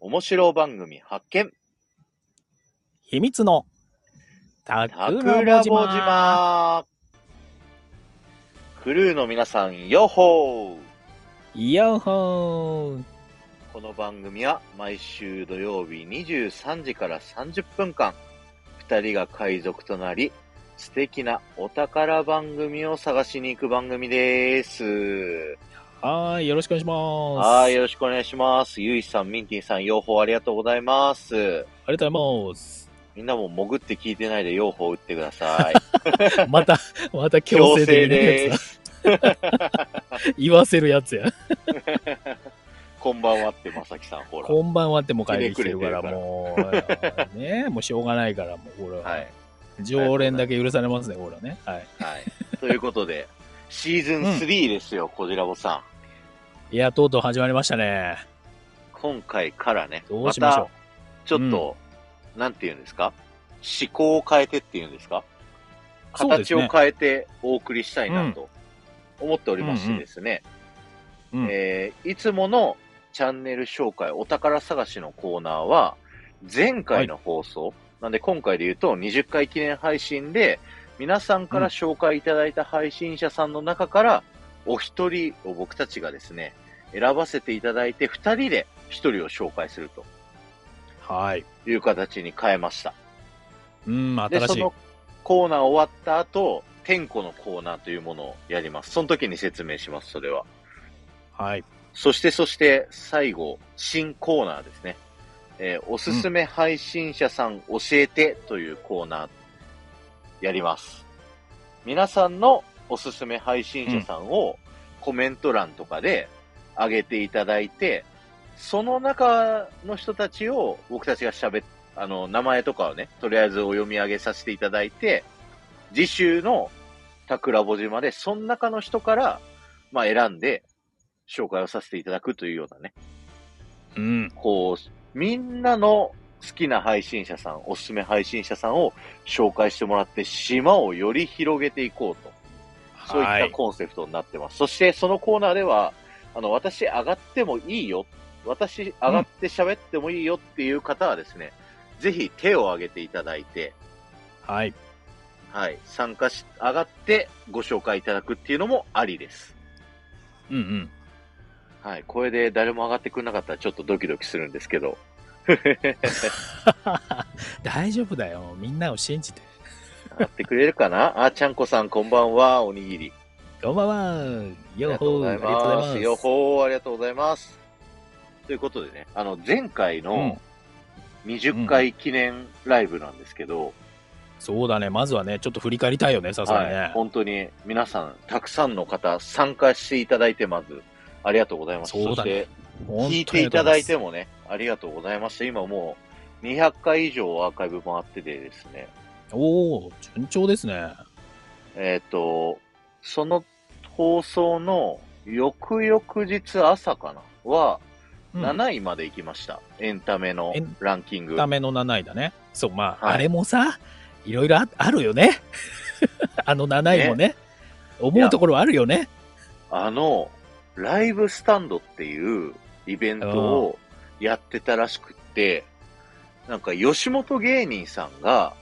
面白番組発見秘密のタク桜ラボボ島島クルーの皆さん、ヨッホーヨッホーこの番組は毎週土曜日23時から30分間、2人が海賊となり、素敵なお宝番組を探しに行く番組です。はーい、よろしくお願いします。はい、あよろしくお願いします。ゆいさん、ミンティさん、ヨッホーありがとうございます。りがとうございます。みんなも潜って聞いてないでヨッホー打ってください。また、 また 強強制制的なやでつす。だ。言わせるやつや。こんばんはって、まさきさん、ほら。こんばんはってもう帰ってきてるから、ひねもう、ね、もうしょうがないから、もう、これは、はい。常連だけ許されますね、これはね。はい。はい。ということで、シーズンうん3ですよ、こじらぼさん。いや、とうとう始まりましたね。今回からね、どうしましょう。またちょっと、なんていうんですか思考を変えてっていうんですかそうで形すをね変えてお送りしたいなと思っておりましてですね、うんうんうんえーいつものチャンネル紹介、お宝探しのコーナーは、前回の放送、なんで今回で言うと20回記念配信で、皆さんから紹介いただいた配信者さんの中から、お一人を僕たちがですね、選ばせていただいて、二人で一人を紹介するとはい。いう形に変えました。うん、で、新そしいの。コーナー終わった後、天候のコーナーというものをやります。その時に説明します、それは。はい。そして、そして、最後、新コーナーですね。えーおすすめ配信者さん教えてというコーナー、やります。皆さんのおすすめ配信者さんをコメント欄とかで上げていただいて、その中の人たちを僕たちが喋っ、あの、名前とかをね、とりあえずお読み上げさせていただいて、次週の桜ぼ島で、その中の人から、まあ、選んで紹介をさせていただくというようなね、うん。こう、みんなの好きな配信者さん、おすすめ配信者さんを紹介してもらって、島をより広げていこうと。そうはいったい。コンセプトになってます。そして、そのコーナーでは、あの、私上がってもいいよ。私上がって喋ってもいいよっていう方はですね、ぜひ手を挙げていただいて、はい。はい、参加し、上がってご紹介いただくっていうのもありです。うんうん。はい、これで誰も上がってくれなかったらちょっとドキドキするんですけど、 大丈夫だよ。みんなを信じて。上がってくれるかな あ、ちゃんこさんこんばんは、おにぎり。こんばんは。あよりっがとうほごー。ざあいりがとうございま。ますす。よほー、ありがとうございます。ということでね、あの、前回うんの。20回記念ライブなんですけど、そうだね。まずはね、ちょっと振り返りたいよね、さすがにはい、ね。本当に皆さん、たくさんの方、参加していただいて、まず、ありがとうございます。そうだねそ本して、聞い当にてありいたがとうござだいいてもね、ありがとうございました。今もう、200回以上アーカイブ回っててですね、ます。おお、順調ですね。えっ、と、その放送の翌々日朝かなは、うん7位まで行きました。エンタメのエンランキング。ダメの7位だね。そう、まあ、はいあれもさ、いろいろああるよね。 あの7位もね。思うところはあるよね。あの、ライブスタンドっていうイベントをやってたらしくって、なんか吉本芸人さんが、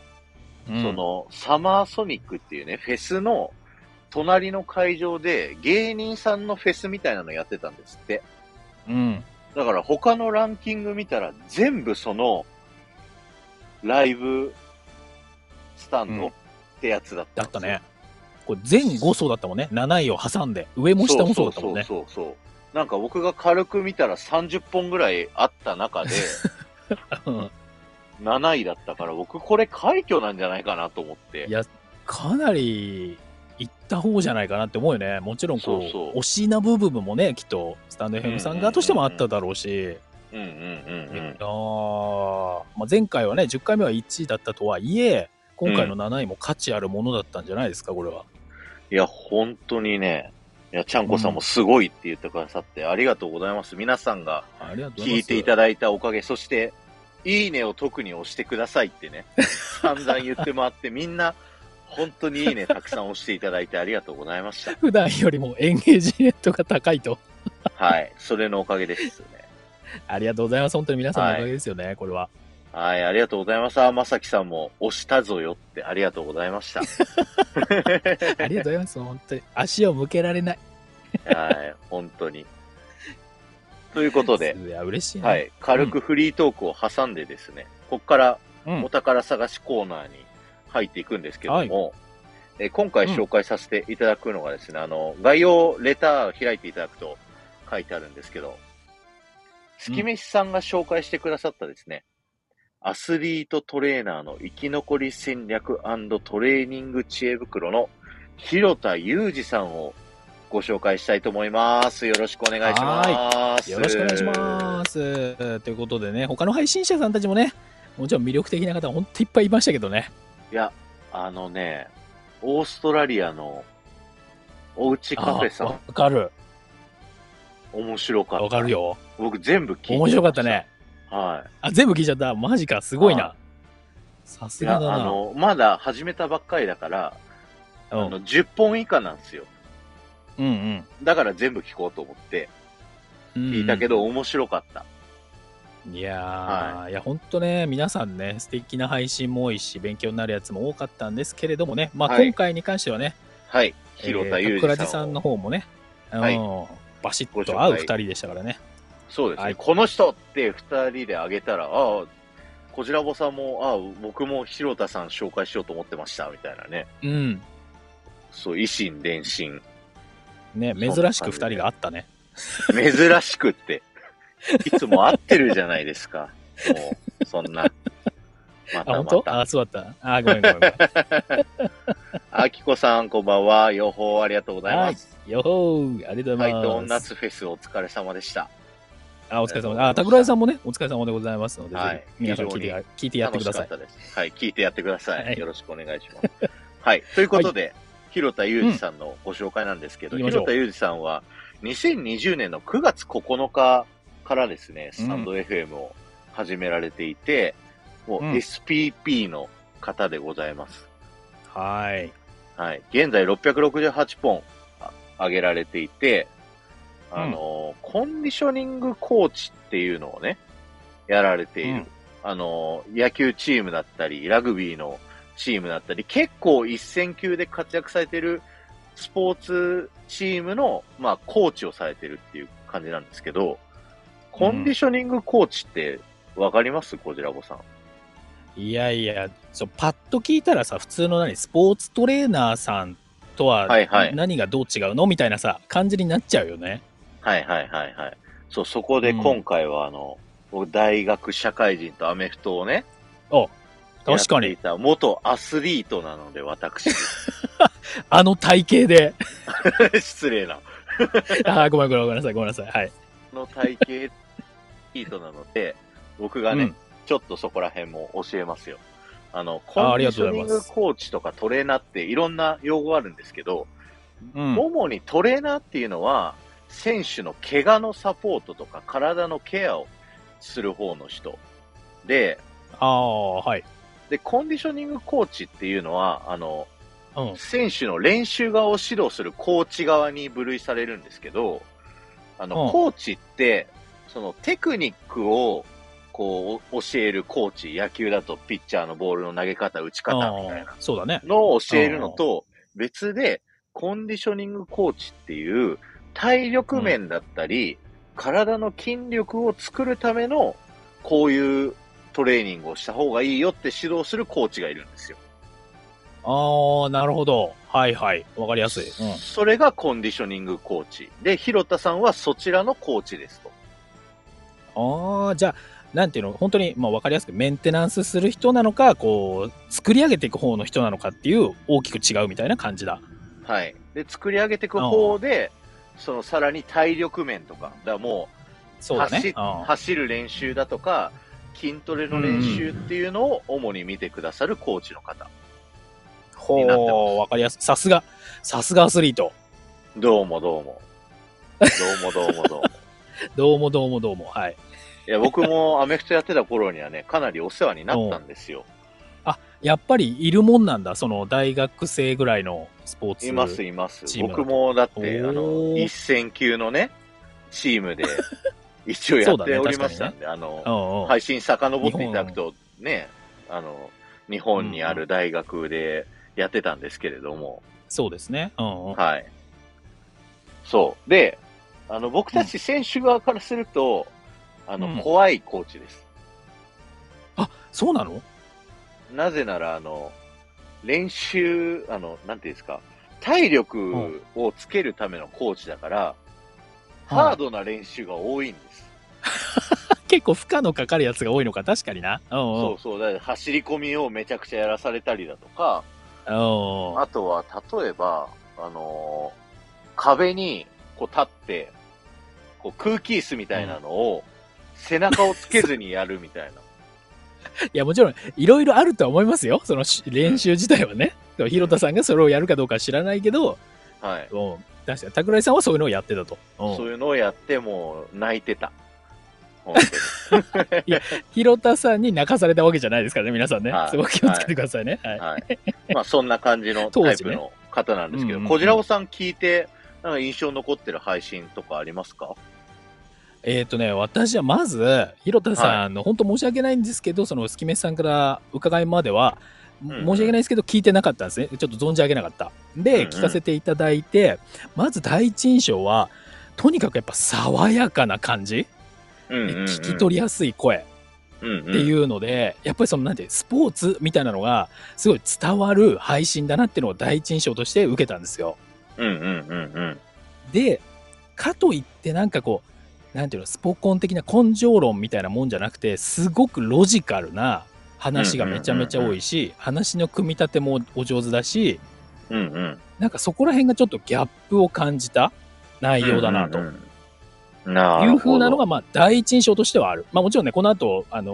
うんそのサマーソニックっていうね、フェスの隣の会場で芸人さんのフェスみたいなのやってたんですって。うん。だから他のランキング見たら全部そのライブスタンドってやつだっただんっですよたね。これ全5層だったもんね。7位を挟んで。上も下もそうだったもんね。そうそうそうそう。なんか僕が軽く見たら30本ぐらいあった中で、 うん7位だったから、僕これ快挙なんじゃないかなと思って。いや、かなり行った方じゃないかなって思うよね。もちろんこう、そうそう推しな部分もね、きっと、スタンドうんうん FM さん側としてもあっただろうし、うんうんうんうん。あーまあ、前回はね、10回目は1位だったとはいえ、今回の7位も価値あるものだったんじゃないですか、これは。いや、本当にね、いや、ちゃんこさんもすごいって言ってくださって、ありがとうございます。皆さんがありがとうございます。聞いていただいたおかげ、そして、いいねを特に押してくださいってね、散々言って回って、みんな、本当にいいねたくさん押していただいてありがとうございました。普段よりもエンゲージメントが高いと。 はい。それのおかげですね。ありがとうございます。本当に皆さんのおかげですよね、これは。はい、ありがとうございます。あ、まさきさんも押したぞよってありがとうございました。ありがとうございます。本当に。足を向けられない。はい、本当に。ということで、いや、嬉しいな。は。い、軽くフリートークを挟んでですね、ここからうんお。宝探しコーナーに入っていくんですけども、えー今回紹介させていただくのがですね、あの、概要レターを開いていただくと書いてあるんですけど、月飯さんが紹介してくださったですね、アスリートトレーナーの生き残り戦略トレーニング知恵袋の広田裕二さんをご紹介したいと思います。よろしくお願いします。よろしくお願いします。ということでね、他の配信者さんたちもね、もちろん魅力的な方、本当いっぱいいましたけどね。いや、あのね、オーストラリアのおうちカフェさあーわん、かる。面白かった。わかる。よ。僕全部聞いてま面した白かった。ね。はあ、全部聞いちゃった。マジか、すごいあな。さい。すいや、があだな。の、まだ始めたばっかりだから、うあんの、10本以下なんですよ。うんうん。だから全部聞こうと思って、聞いたけど面白かった。いやー、い、や、本当ね、皆さんね、素敵な配信も多いし、勉強になるやつも多かったんですけれどもね、まあ、はい今回に関してはね、はい。広田えー裕桜二地さんを。さんの方もね、あはいのバシッと合う二人でしたからね。そうですね。はいこの人って2人であげたら、ああ、こちらぼさんも、ああ、僕も広田さん紹介しようと思ってました、みたいなね。うん。そう、維新伝心。ね、珍しく二人があったね。珍しくって。いつも会ってるじゃないですか。もう、そんな。まあ、たま本当た。あ、そうだった。あ、ごめんごめんごめん。 あきこさん、こんばんは。予報ありがとうございます。よほー、ありがとうござはい、いとま夏す。フェスお疲れ様でした。あ、お疲れ様です。あ、桜井さんもね、お疲れ様でございますので、はいぜひ皆さん聞い非常て聞いてやってください楽。しかったです。はい、聞いてやってください。はいよろしくお願いします。はい、ということで、広田裕二さんのご紹介なんですけど、うん行きましょ広う田裕二さんは、2020年の9月9日からですね、スタンド FM を始められていて、もううん SPP の方でございます。はい。はい。現在668本あ上げられていて、あのーコンディショニングコーチっていうのをね、やられている。うんあのー野球チームだったり、ラグビーのチームだったり、結構一戦級で活躍されてるスポーツチームの、まあ、コーチをされてるっていう感じなんですけど、コンディショニングコーチってわかりますこじらぼさん。いやいや、ちょパッと聞いたらさ、普通の何、スポーツトレーナーさんとははいはい何がどう違うのみたいなさ、感じになっちゃうよね。はいはいはいはい。そう、そこで今回はあの、僕大学社会人とアメフトをね、お確かやっにてい、た元アスリートなので、私。 あの体型で。 失礼な。あー、ごめんごめんごめんなさい、ごめんなさい。はい。の体型、アスリートなので、僕がね、うんちょっとそこら辺も教えますよ。あの、コあンありディシがとうョござニいンますグコーチとかトレーナーっていろんな用語あるんですけど、うん主にトレーナーっていうのは、選手の怪我のサポートとか体のケアをする方の人。で、ああ、はい。で、コンディショニングコーチっていうのは、あの、うん。選手の練習側を指導するコーチ側に部類されるんですけど、あの、うんコーチって、そのテクニックを、こう、教えるコーチ、野球だとピッチャーのボールの投げ方、打ち方みたいなあーそうだね。のを教えるのと、別で、コンディショニングコーチっていう、体力面だったり、体の筋力を作るための、こういうトレーニングをした方がいいよって指導するコーチがいるんですよ。ああ、なるほど。はいはい。わかりやすい。うん。それがコンディショニングコーチ。で、広田さんはそちらのコーチですと。ああ、じゃあ、なんていうの、本当に、まあ、わかりやすくメンテナンスする人なのか、こう、作り上げていく方の人なのかっていう、大きく違うみたいな感じだ。はい。で、作り上げていく方で、そのさらに体力面とか、だからもそうだね走。うあ走る練習だとか、筋トレの練習っていうのを主に見てくださるコーチの方。ーほになってますう、わかりやすい。さすが、さすがアスリート。どうもどうも。どうもどうも どうも。どうもどうもどうも。はい。いや、僕もアメフトやってた頃にはね、かなりお世話になったんです よ。やっぱりいるもんなんだ、その大学生ぐらいのスポーツ。います、いますチ。ームだと僕もだって、あのお、ー 一戦級のね、チームで一応やっておりましたんで、あの、うんうん配信遡っていただくとね、あの、日本にある大学でやってたんですけれども、そうですね。うんうんはい。そう。で、あの、僕たち選手側からすると、あうんの、怖いコーチです。そうなのなぜなら、あの、練習、あの、なんていうんですか、体力をつけるためのコーチだから、うんハードな練習が多いんです。結構負荷のかかるやつが多いのか、確かにな。うんうんそうそう。だから走り込みをめちゃくちゃやらされたりだとか、うんあとは、例えば、あのー壁に、こう立って、こう空気椅子みたいなのを、背中をつけずにやるみたいな。いや、もちろん、いろいろあるとは思いますよ。そのし練習自体はね。でも広田さんがそれをやるかどうかは知らないけど、はい。うん、確かに、桜井さんはそういうのをやってたと。うんそういうのをやってもう泣いて た。本当に広田さんに泣かされたわけじゃないですからね、皆さんね。はいすごく気をつけてくださいね。はい。はい。まあそんな感じのタイプの方なんですけ当ど、時ねこじらおさん聞いて、なんか印象に残ってる配信とかありますかえっ、とね、私はまず、広田さんの、本当申し訳ないんですけど、その、すきめさんから伺いまでは、ん申し訳ないですけど、聞いてなかったんですね。ちょっと存じ上げなかった。うんで、うん聞かせていただいて、まず第一印象は、とにかくやっぱ爽やかな感じ、うんうんうん聞き取りやすい声。うん。っていううので、やっぱりそのなんてスポーツみたいなのがすごい伝わる配信だなっていうのを第一印象として受けたんですよ。うんうんうんうん。でかといってなんかこうなんていうのスポコン的な根性論みたいなもんじゃなくてすごくロジカルな話がめちゃめちゃ多いし話の組み立てもお上手だしうんうん。なんかそこら辺がちょっとギャップを感じた内容だなとうんうんうん。ないうる風ほど。なのが、まあ、第一印象としてはある。まあ、もちろんね、この後、あの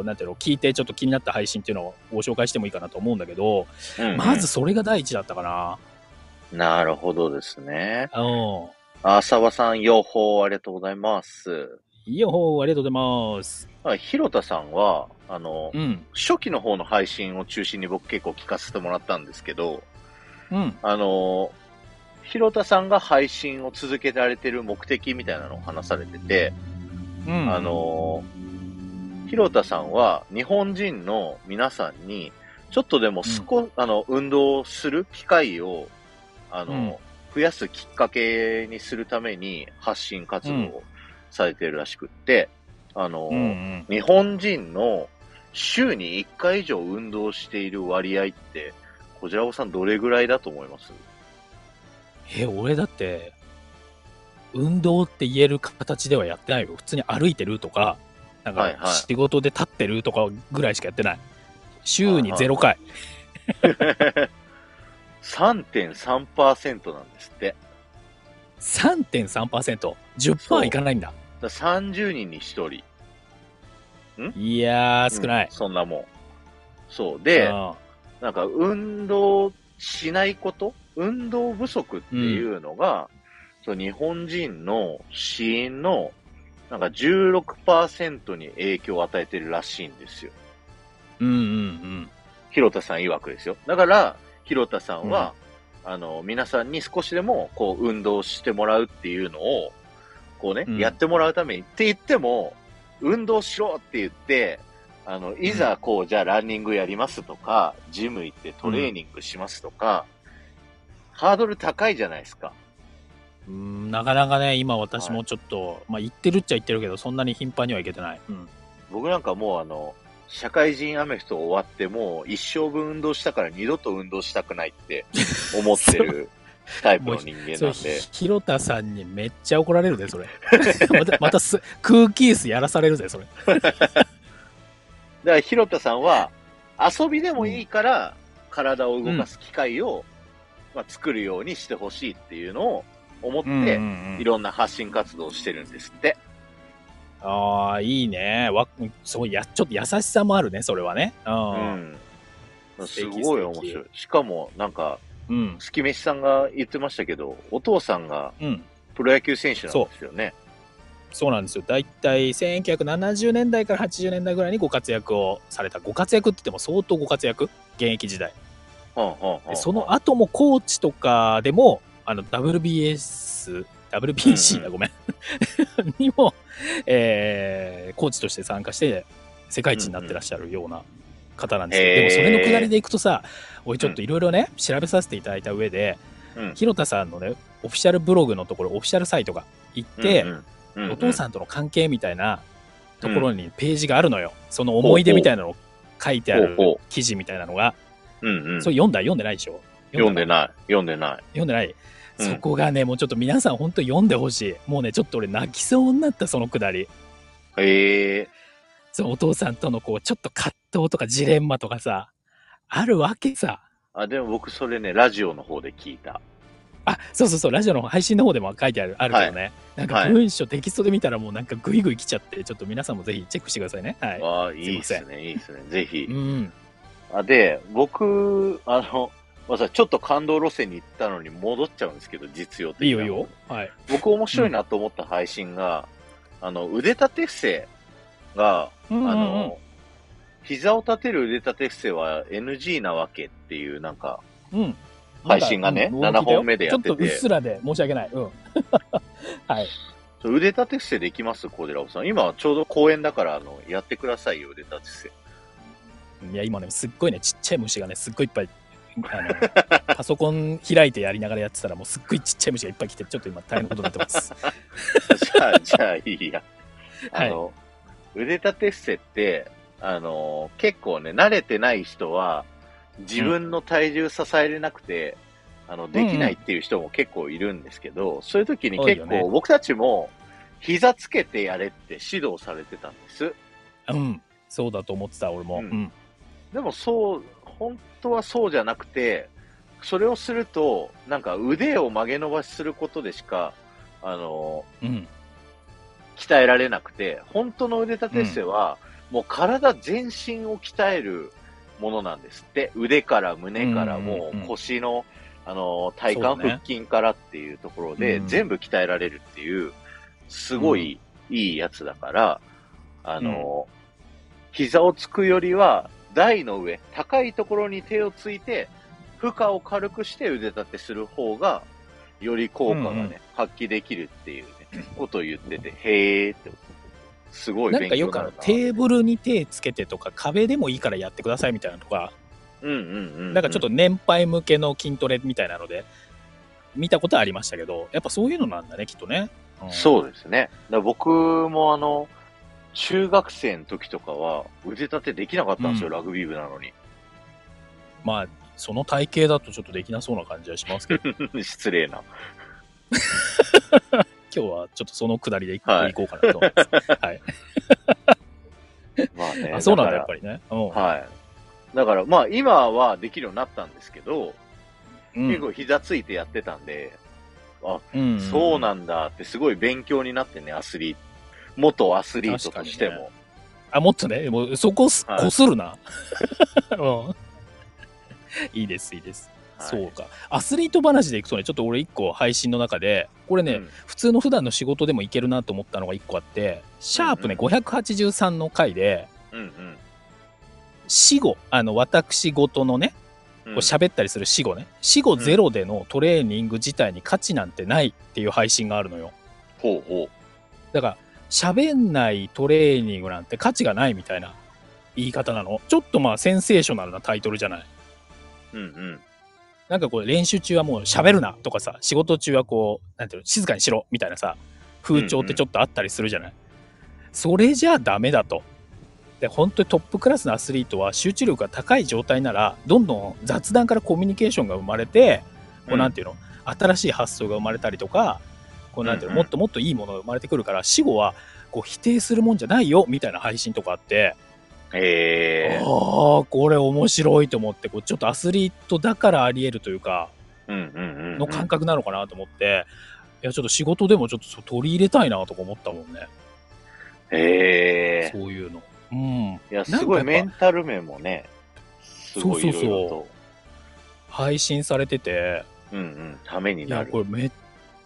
ーなんていうの、聞いてちょっと気になった配信っていうのをご紹介してもいいかなと思うんだけど、うんうんまずそれが第一だったかなるほどですね。な。うん。あ、沢さん、用法ありがとうございます。いいよ、ほうありがとうございます。まあ、広田さんは、あの、うん。初期の方の配信を中心に僕結構聞かせてもらったんですけど、うん。あの、広田さんが配信を続けられてる目的みたいなのを話されてて、うん。あ、の、広田さんは日本人の皆さんに、ちょっとでもすこ、あの、運動する機会を、あの、うん増やすきっかけにするために発信活動をされてるらしくって、あの、うんうん。日本人の週に1回以上運動している割合って、こちらおさんどれぐらいだと思いますえ、俺だって、運動って言える形ではやってないよ。普通に歩いてるとか、なんはいはかい仕事で立ってるとかぐらいしかやってない。週にはいはい0回。 ?3.3% なんですって。 3.3%。そう10%いかないんだ。だから30人に1人。いやー、少ないうん。そんなもん。そう。で、なんか運動しないこと運動不足っていうのが、そう日本人の死因のなんか16%に影響を与えてるらしいんですよ。うんうんうん広田さん曰くですよ。だから、広田さんは、あの、皆さんに少しでも、こう、運動してもらうっていうのを、こうね、うんやってもらうためにって言っても、運動しろって言って、あの、いざ、こう、じゃあランニングやりますとか、ジム行ってトレーニングしますとか、ハードル高いじゃないですか。うんうん。なかなかね、今私もちょっと、まあ言ってるっちゃ言ってるけど、そんなに頻繁にはいけてない。うん。僕なんかもう、あの、社会人アメフト終わってもう一生分運動したから二度と運動したくないって思ってるタイプの人間 そなれ、んで。広田さんにめっちゃ怒られるで、それ。 また、またす空気椅子やらされるぜ、それ。だから、広田さんは、遊びでもいいから、体を動かす機会を、まあ、作るようにしてほしいっていうのを思って、いろんな発信活動をしてるんですって。ああ、いいね。わ、そう、や、ちょっと優しさもあるね、それはね。う。うんん。素す敵ごい面白い。しかも、なんか、うん。月飯さんが言ってましたけど、お父さんがうん。プロ野球選手なんですよね。そうなんですよ。だいたい1970年代から80年代ぐらいにご活躍をされた。ご活躍って言っても相当ご活躍現役時代。うんうんうんでその後もコーチとかでも、あの、WBS、 WBC うんだ、ごめん。 にも、えーコーチとして参加して、世界一になってらっしゃるような方なんですけど、うんうんでもそれのくだりへーでいくとさ、おい、ちょっといろいろね、調べさせていただいた上で、うん広田さんのね、オフィシャルブログのところ、オフィシャルサイトが行って、うん、お父さんんとの関係みたいなところにページがあるのよ。その思い出みたいなのを書いてあるほうほ記事みたいなのが、う、うんうん、それ読んだ読んでないでしょ読んでい。ない、読んでない。読んでない。うんそこがね、もうちょっと皆さん本当読んでほしい。もうね、ちょっと俺泣きそうになった、そのくだり。へえそのお父さんとのこう、ちょっと葛藤とかジレンマとかさ、あるわけさ。あ、でも僕それね、ラジオの方で聞いた。あ、そうそうそう、ラジオの配信の方でも書いてあるあるけどね。なんか文章、テキストで見たらもうなんかグイグイ来ちゃって、ちょっと皆さんもぜひチェックしてくださいね。はい。あいいっすいすまね、いいっすね。ぜひう。ん。あで、僕、あの、まあ、さちょっと感動路線に行ったのに戻っちゃうんですけど、実用的いないよいいよ。はい。僕面白いなと思った配信が、あの、腕立て伏せが、うんうんうんあの、膝を立てる腕立て伏せは NG なわけっていう、なんか、うん。配信がねまだうん7本目でやっててちょっとうっすらで申し訳ない。うん。はい。そう腕立て伏せできます小寺尾さん。今ちょうど公演だから、あの、やってくださいよ、腕立て伏せ。いや、今ね、すっごいね、ちっちゃい虫がね、すっごいいっぱい、あの パソコン開いてやりながらやってたら、もうすっごいちっちゃい虫がいっぱい来て、ちょっと今大変なことになってます。 じゃあ、じゃあいいや。あはいの、腕立て伏せって、あの、結構ね、慣れてない人は、自分の体重支えれなくて、あの、できないっていう人も結構いるんですけど、そういう時に多い結よ構、ね僕たちも、膝つけてやれって指導されてたんです。うん。そうだと思ってた、俺も。ううんん。でもそう、本当はそうじゃなくて、それをすると、なんか腕を曲げ伸ばしすることでしか、あの、うん。鍛えられなくて、本当の腕立て伏せは、もう体全身を鍛えるものなんですって。腕から胸からうんうんうんもう腰の、あの、体幹そうだね腹筋からっていうところで、うん全部鍛えられるっていう、すごいいいやつだから、あの、膝をつくよりは、台の上、高いところに手をついて、負荷を軽くして腕立てする方が、より効果がね、うんうん発揮できるっていう、ね、ことを言ってて、へーって、すごいなん勉か強よにくなあのるな。テーブルに手つけてとか、壁でもいいからやってくださいみたいなのとか、うんうんうん、なんかちょっと、年配向けの筋トレみたいなので、見たことはありましたけど、やっぱそういうのなんだね、きっとね。んそうですね。だから僕もあの、中学生の時とかは、腕立てできなかったんですよ、うんラグビー部なのに。 まあ、その体型だとちょっとできなそうな感じはしま すけど、失礼な。今日はちょっとそのくだりでいはいこうかなと思い ます。はい。まあね。あそうなんかだ、らやっぱりね。うんはい。だから、まあ、今はできるようになったんですけど、うん結構膝ついてやってたんで、うんそうなんだってすごい勉強になってね、アスリート。元アスリートとしても。あ、もっとね、もうそこす、はいこするな。 うん。いいです、いいです。はいそうか。アスリート話でいくとね、ちょっと俺一個配信の中で、これね、うん普通の普段の仕事でもいけるなと思ったのが一個あって、シャープね、うん583の回で、うん死後、あの、私事のね、うん。こう喋ったりする死後ね死後ゼロでのトレーニング自体に価値なんてないっていう配信があるのよほうほ。だから喋んないトレーニングなんて価値がないみたいな言い方なのちょっとまあセンセーショナルなタイトルじゃないううんうん。なんかこう練習中はもう喋るなとかさ仕事中はこうなんていうの静かにしろみたいなさ風潮ってちょっとあったりするじゃない、それじゃダメだとで本当にトップクラスのアスリートは集中力が高い状態ならどんどん雑談からコミュニケーションが生まれてこうなんていうの、新しい発想が生まれたりとかこうなんていうの、うんうんもっともっといいものが生まれてくるから死後はこう否定するもんじゃないよみたいな配信とかあって、ええああこれ面白いと思ってこうちょっとアスリートだからありえるというかうんうんうんうん。の感覚なのかなと思って、いやちょっと仕事でもちょっとそう取り入れたいなとか思ったもんね、ええそういうの。うん、いや、すごいなんかやメっぱンタル面もね、すごいそいうそろいうそうろと。配信されててうんうん。ためにいなやるこ。れめっ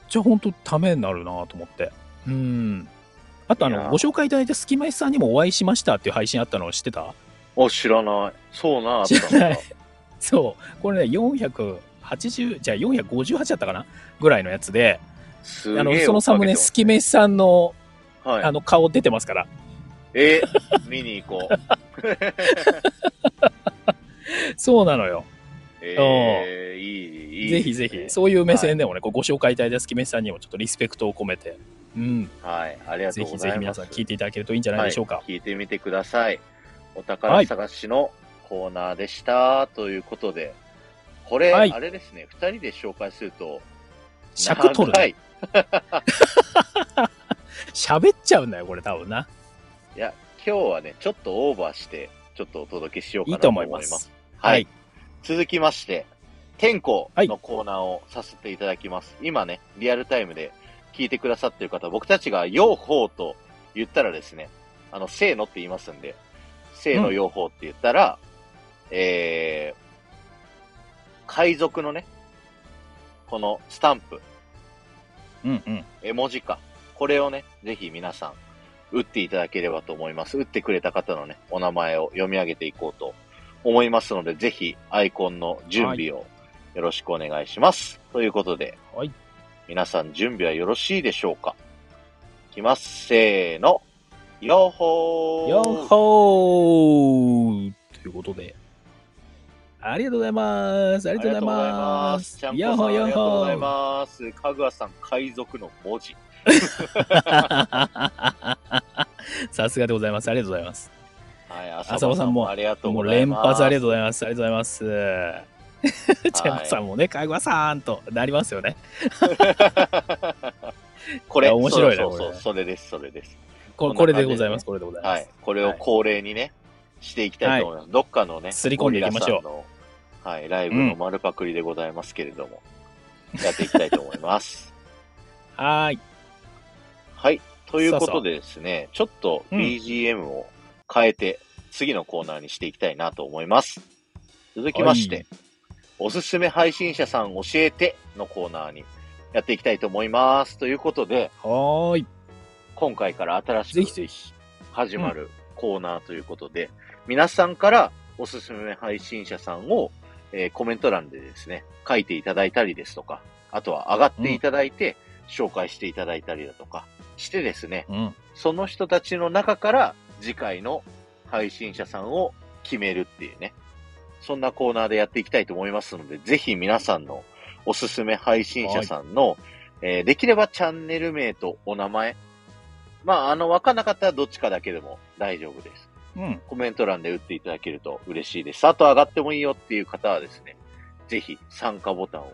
ちゃ本当ためになるなと思ってうんあとあいやのーご紹介いただいたスキマイスさんにもお会いしましたっていう配信あったの知ってたお、知らない。そうな、あった知らの なか。そうこれね480じゃあ458だったかなぐらいのやつですあのげえそのサムネ、追っスキメイさんのかけてますはい、あの顔出てますから、えー、見に行こう。そうなのよ。えー、いい、いい、ぜひぜひ、そういう目線でもね、こうご紹介いただいたスキメイさんにもちょっとリスペクトを込めて、うん、はい、ありがとぜうごひざぜいひま皆す。さん聞いていただけるといいんじゃないでしょうか。はい、聞いてみてください。お宝探しのコーナーでした。ということで、これ、はいあれですね、二人で紹介すると、尺取る長ね。い。喋っちゃうんだよ、これ多分な。いや、今日はね、ちょっとオーバーして、ちょっとお届けしようかいないとと思思いいま。ますす。はいはい。続きまして、天候のコーナーをさせていただきます。今ね、リアルタイムで聞いてくださってる方、僕たちが用法と言ったらですね、あの、せーのって言いますんで、せーの用法って言ったら、えー、海賊のね、このスタンプ、うんうん。絵文字か。これをね、ぜひ皆さん、打っていただければと思います。打ってくれた方のね、お名前を読み上げていこうと思いますので、ぜひ、アイコンの準備をよろしくお願いします。ということで、はい皆さん、準備はよろしいでしょうかいきます。せーの。よーほーよっほーということで、ありがとうございます。あありがとうございますちゃ。んこよさっん、ほあーりよがっとうごほざいーます。かぐわさん、海賊の文字。さすがでございます。ありがとうございます。はい、さんも浅尾さんもありがとうごもうざい連ます。発ありがとうございます。ありがとうございます。ちゃんこさんもね、かぐわさんとなりますよね。これ、いや面白いねそうそうそうこれそれです、それです。こここんなれ感じででごすねざいます。これでございまはすい。。これを恒例にね、していきたいと思います。どっかのね、刷り込んでいきましょゴリラうさんの。はい、ライブの丸パクリでございますけれども、やっていきたいと思います。 はーい。はい。ということでですね、ちょっとうん BGM を変えて、次のコーナーにしていきたいなと思います。続きまして、はいおすすめ配信者さん教えてのコーナーにやっていきたいと思います。ということで、はーい。今回から新しくぜひぜひ。始まるコーナーということで、皆さんからおすすめ配信者さんを、えーコメント欄でですね、書いていただいたりですとか、あとは上がっていただいて、紹介していただいたりだとかしてですね、うん。その人たちの中から次回の配信者さんを決めるっていうね、そんなコーナーでやっていきたいと思いますので、ぜひ皆さんのおすすめ配信者さんの、えーできればチャンネル名とお名前、まあ、あの、わかんなかったらどっちかだけでも大丈夫です。うん。コメント欄で打っていただけると嬉しいです。あと上がってもいいよっていう方はですね、ぜひ参加ボタンを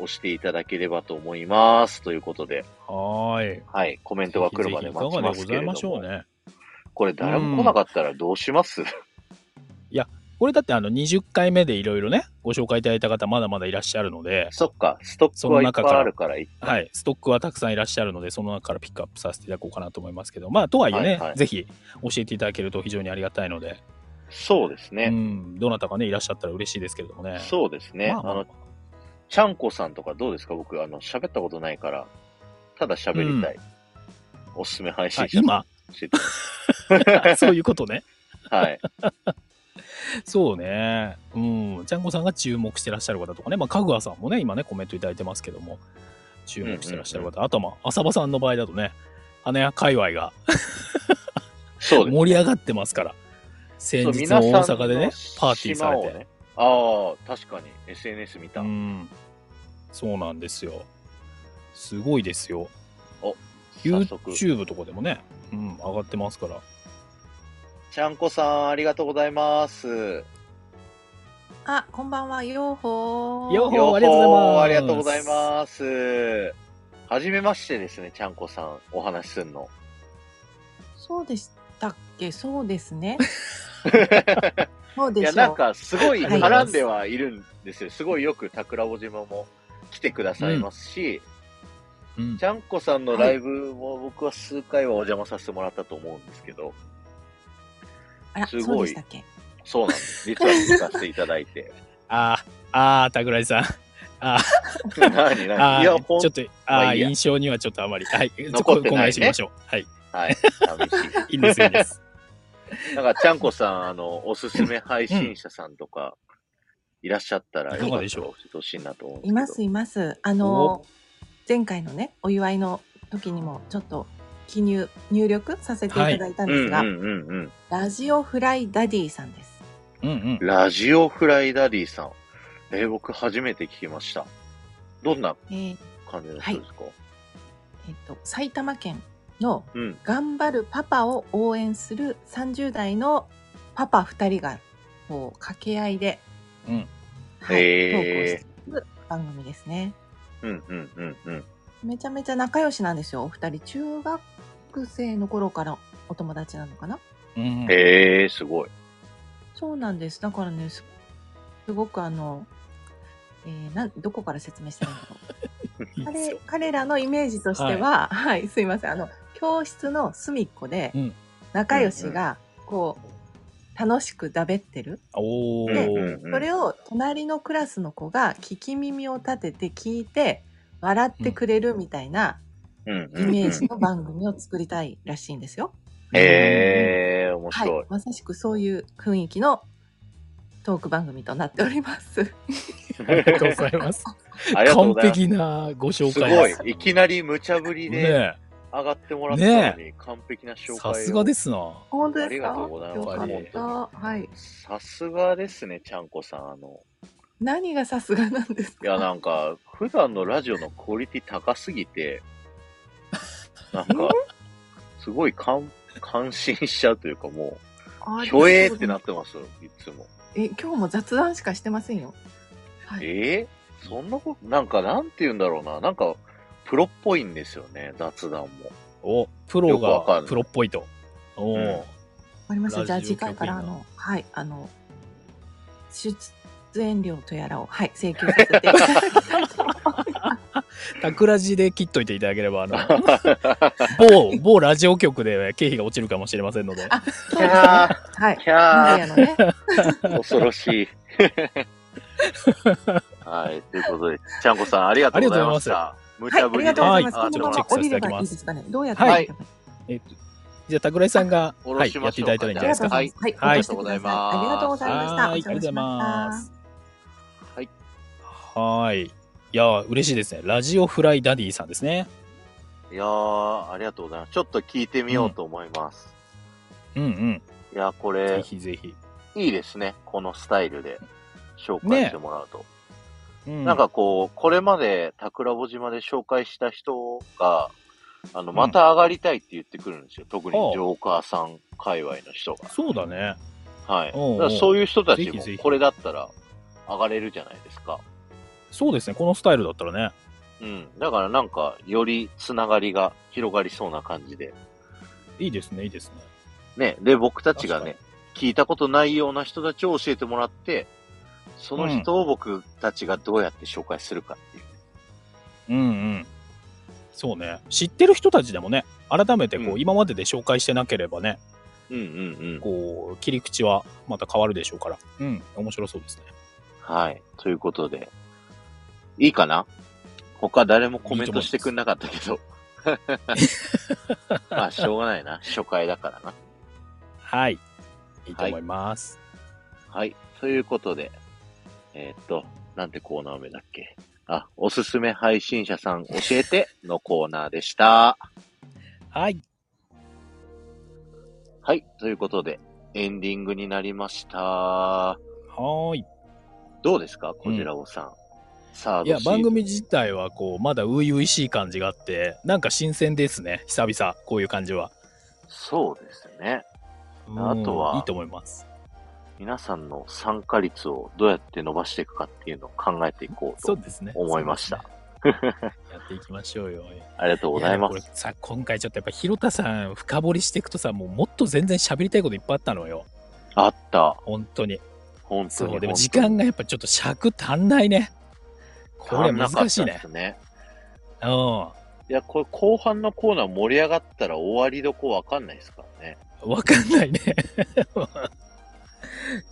押していただければと思います。ということで、はーい。はい、コメントが来るまで待ちますけれども。ね。これ誰も来なかったらどうします、これだってあの20回目でいろいろね、ご紹介いただいた方まだまだいらっしゃるので、 そっか、ストックはいっぱいあるから、いはい、ストックはたくさんいらっしゃるので、その中からピックアップさせていただこうかなと思いますけど、まあ、とはいえね、はいはいぜひ教えていただけると非常にありがたいので、そうですうね。ん、どなたかね、いらっしゃったら嬉しいですけれどもね。そうですね。まあまああの、ちゃんこさんとかどうですか僕、あの、喋ったことないから、ただ喋りたい。おすすめ配信あ者今、教えて そういうことね。 はい。そうね。うん。ちゃんこさんが注目してらっしゃる方とかね。まあ、かぐわさんもね、今ね、コメントいただいてますけども、注目してらっしゃる方。あとは、まあ、浅場さんの場合だとね、花屋界隈がそうです。盛り上がってますから、先日の大阪でね、パーティーされて。て。ああ、確かに。SNS 見た。うん。そうなんですよ。すごいですよ。早速。 YouTube とかでもね、うん、上がってますから。ちゃんこさん、ありがとうございます。あ、こんばんは、ようほー。ようほーよありがとうございますありがとうございます。はじめましてですね、ちゃんこさん、お話しすんの。そうでしたっけ、そうで すね。そういでしょや、う。なんか、すごいはい絡んではいるんですよ。すごいよく桜尾島も来てくださいますし、うんち。ゃんこさんのライブも僕は数回はお邪魔させてもらったと思うんですけど、あら、すごいそうでしたっけ。そうなんです。実は行かせていただい て。あー、あー、たぐらいさん。何あ何ーいや、ほんちょっと、あまー、あいいや印象にはちょっとあまり。はい。ちょっと残ってないねこんぐらいにしましょう。はい。はい、寂しい。いいんです、いいんです。なんか、ちゃんこさん、あの、おすすめ配信者さんとか、いらっしゃったら、いかがでしょうよかったら教えてほしいなと思うんですけど。います、います。あの、前回のね、お祝いの時にもちょっと記入、入力させていただいたんうですんが、うんうんうん。ラジオフライダディさんです。うんうん。ラジオフライダディさん。えー僕初めて聞きました。どんなえー感じの人ですか、えっと、埼玉県のうん。頑張るパパを応援する30代のパパ2人がこう掛け合いで、うんはいへー投稿している番組ですね。うんうんうんうん。めちゃめちゃ仲良しなんですよ、お二人。中学生の頃からお友達なのかなうんうんえー、すごい。そうなんです。だからね、すすごくあの、えーなんどこから説明したらいいんだろう。いい っす彼よ彼らのイメージとしては、はい、すいません。あの、教室の隅っこでうん、仲良しが、こう、楽しくだべってる。おうんうーんうんそれを隣のクラスの子が聞き耳を立てて聞いて、笑ってくれるみたいなうんうんイうんメージの番組を作りたいらしいんですよ。えー、面は白い。い。まさしくそういう雰囲気のトーク番組となっております。ありがとうございます。ありがとう完ございます。璧なご紹す介です。ごい。いきなり無茶ぶりでね上がってもらったのに、完璧なえ紹介を。さすがですな。本当あでりすがかとうございますよかった。はい。さすがですね、ちゃんこさん。あの、何がさすがなんですいかや、なんか、普段のラジオのクオリティ高すぎて、なんか、すごい感、感心しちゃうというか、もあう、れひょえーってなってますよ、いつも。え、今日も雑談しかしてませんよ。はい。えー、そんなこと、なんか、なんて言うんだろうな。なんか、プロっぽいんですよね、雑談も。お、プロよくわかんがないプロっぽいと。おうーわかりました。じゃあラジオ次局員回から、のあの、はい、あの、出演料とやらを、はい、請求させて いただきたいと思います。タクラジで切っといていただければ、あの、某、某ラジオ局で経費が落ちるかもしれませんので。あ、キそうですね。ャはいー、。キャ名ー古屋のね。恐ろし い。はい。ということで、ちゃんこさん、ありがとうございました。 無はい、茶あぶりりがで。とうございます。はこあいちょっとちょっとのまま降チェックさせていただきりればまいいすですかね。どうやって降はりいればいいじゃあ、タクラジさんが、おろはい、しやまってしいょうただかいたらいいじゃあんじゃないですか。ははいい、ありはいがとうございますありがとうございました。はいありがとうございます。はい。いやー、嬉しいですね。ラジオフライダディさんですね。いやー、ありがとうございます。ちょっと聞いてみようと思います。うんうん。いやー、こぜれ、ひぜひ。いいですね。このスタイルで紹介してもらうと。うんなんかこう、これまで桜穂島で紹介した人が、あの、んまた上がりたいって言ってくるんですよ。特にほうジョーカーさん界隈の人が。そうだね。はい。おうおうだからそういう人たちぜひもぜひこれだったら上がれるじゃないですか。そうですね。このスタイルだったらね。うん。だからなんか、よりつながりが広がりそうな感じで。いいですね、いいですね。ね。で、僕たちがね、聞いたことないような人たちを教えてもらって、その人を僕たちがどうやって紹介するかっていう。うんうん。そうね。知ってる人たちでもね、改めてこう、うん今までで紹介してなければね、うんうんうん。こう、切り口はまた変わるでしょうから。うん。面白そうですね。はい。ということで。いいかな他誰もコメントしてくんなかったけど。 まあ、しょうがないな。初回だからな。はい。いいと思います。はい。ということで、えーっと、なんてコーナー名だっけあ、おすすめ配信者さん教えてのコーナーでした。はい。はい。ということで、エンディングになりました。はーい。どうですかこちらおさん。サードいや、シーズン番組自体はこう、まだ初々しい感じがあって、なんか新鮮ですね。久々、こういう感じは。そうですね。うんあとはいいと思います。皆さんの参加率をどうやって伸ばしていくかっていうのを考えていこうそとう。ですね。思いましたそうですね。やっていきましょうよ。ありがとう ございまやでもす。これさ今回ちょっとやっぱ広田さん深掘りしていくとさもうもっと全然喋りたいこといっぱいあったのよあった。本当本当にに本当そうに。でも時間がやっぱちょっと尺足んないねこれ足んなか難っしいたねですね。うんわいや、これ後半のコーナー盛り上がったら終わりどこわかんないですからね。かんないね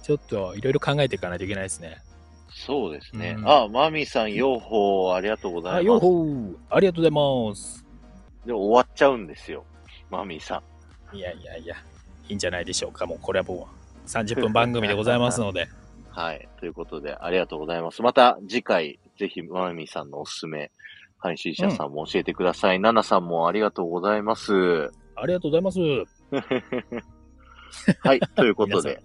ちょっといろいろ考えていかないといけないですねそうですね。うんあ、マミさん、ヨーホー、ありがとうござあいよます。ほーありがとうございますで、終わっちゃうんですよ。マミさん。いやいやいやいいんじゃないでしょうかもうこれはもう30分番組でございます のではい。ということで、ありがとうございます。また次回、ぜひマミさんのおすすめ配信者さんも教えてください。ナ、ナ、さんもありがとうございます。ありがとうございます。はい、ということ皆さんでね、。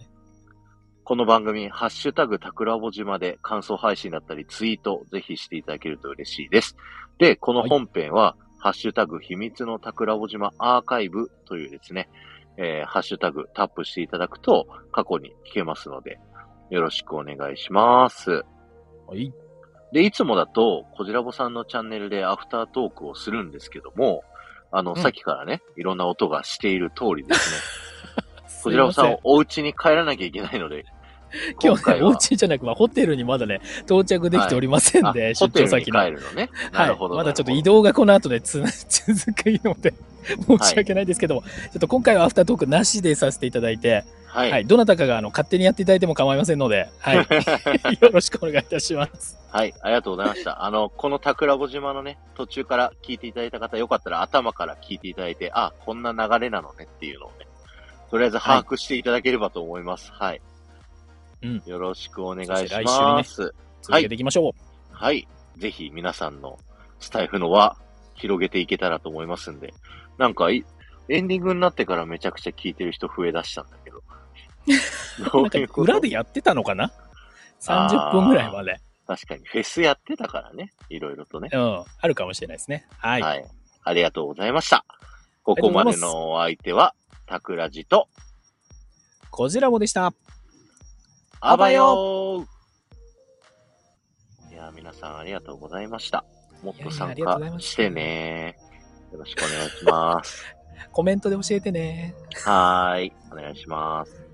この番組、ハッシュタグ、タクラボ島で感想配信だったりツイート、ぜひしていただけると嬉しいです。で、この本編は、ハッシュタグ、秘密のタクラボ島アーカイブというですね、えーハッシュタグ、タップしていただくと、過去に聞けますので、よろしくお願いします。はい。で、いつもだと、こじらぼさんのチャンネルでアフタートークをするんですけども、あの、んさっきからね、いろんな音がしている通りですね、こすじいらぼまさせんんは。お家に帰らなきゃいけないので、 今日ね、おは家じゃなく、まあ、ホテルにまだね、到着できておりませんで、あ出ホテ張ルに先帰の。るのね。なはるいほ。ど。まだちょっとなるほど移。動がこの後でつな 続くので、申し訳ないですけども、ちょっと今回はアフタートークなしでさせていただいて、は。はいい。どなたかがあの勝手にやっていただいても構いませんので、はい。よろしくお願いいたします。はい。ありがとうございました。あの、この桜子島のね、途中から聞いていただいた方、よかったら頭から聞いていただいて、あ、こんな流れなのねっていうのをね、とりあえず把握していただければと思います。はい。うんよろしくお願いしそして来週にまねす。続けていきましょう。はい。ぜひ皆さんのスタイフの輪、広げていけたらと思いますんで。なんかい、エンディングになってからめちゃくちゃ聞いてる人増え出したんだけど。ど なんかういうこと裏でやってたのかな ?30 分ぐらいまで。確かに、フェスやってたからね。いろいろとね。うん。あるかもしれないですね。はい。はい。ありがとうございました。ここまでのお相手は、タクラジと、こじらぼでした。ああばばよーいやー、皆さんありがとうございました。もっと参いやいやありがとうござい加ましたしてね よろしくお願いします。コメントで教えてね。はーい。お願いします。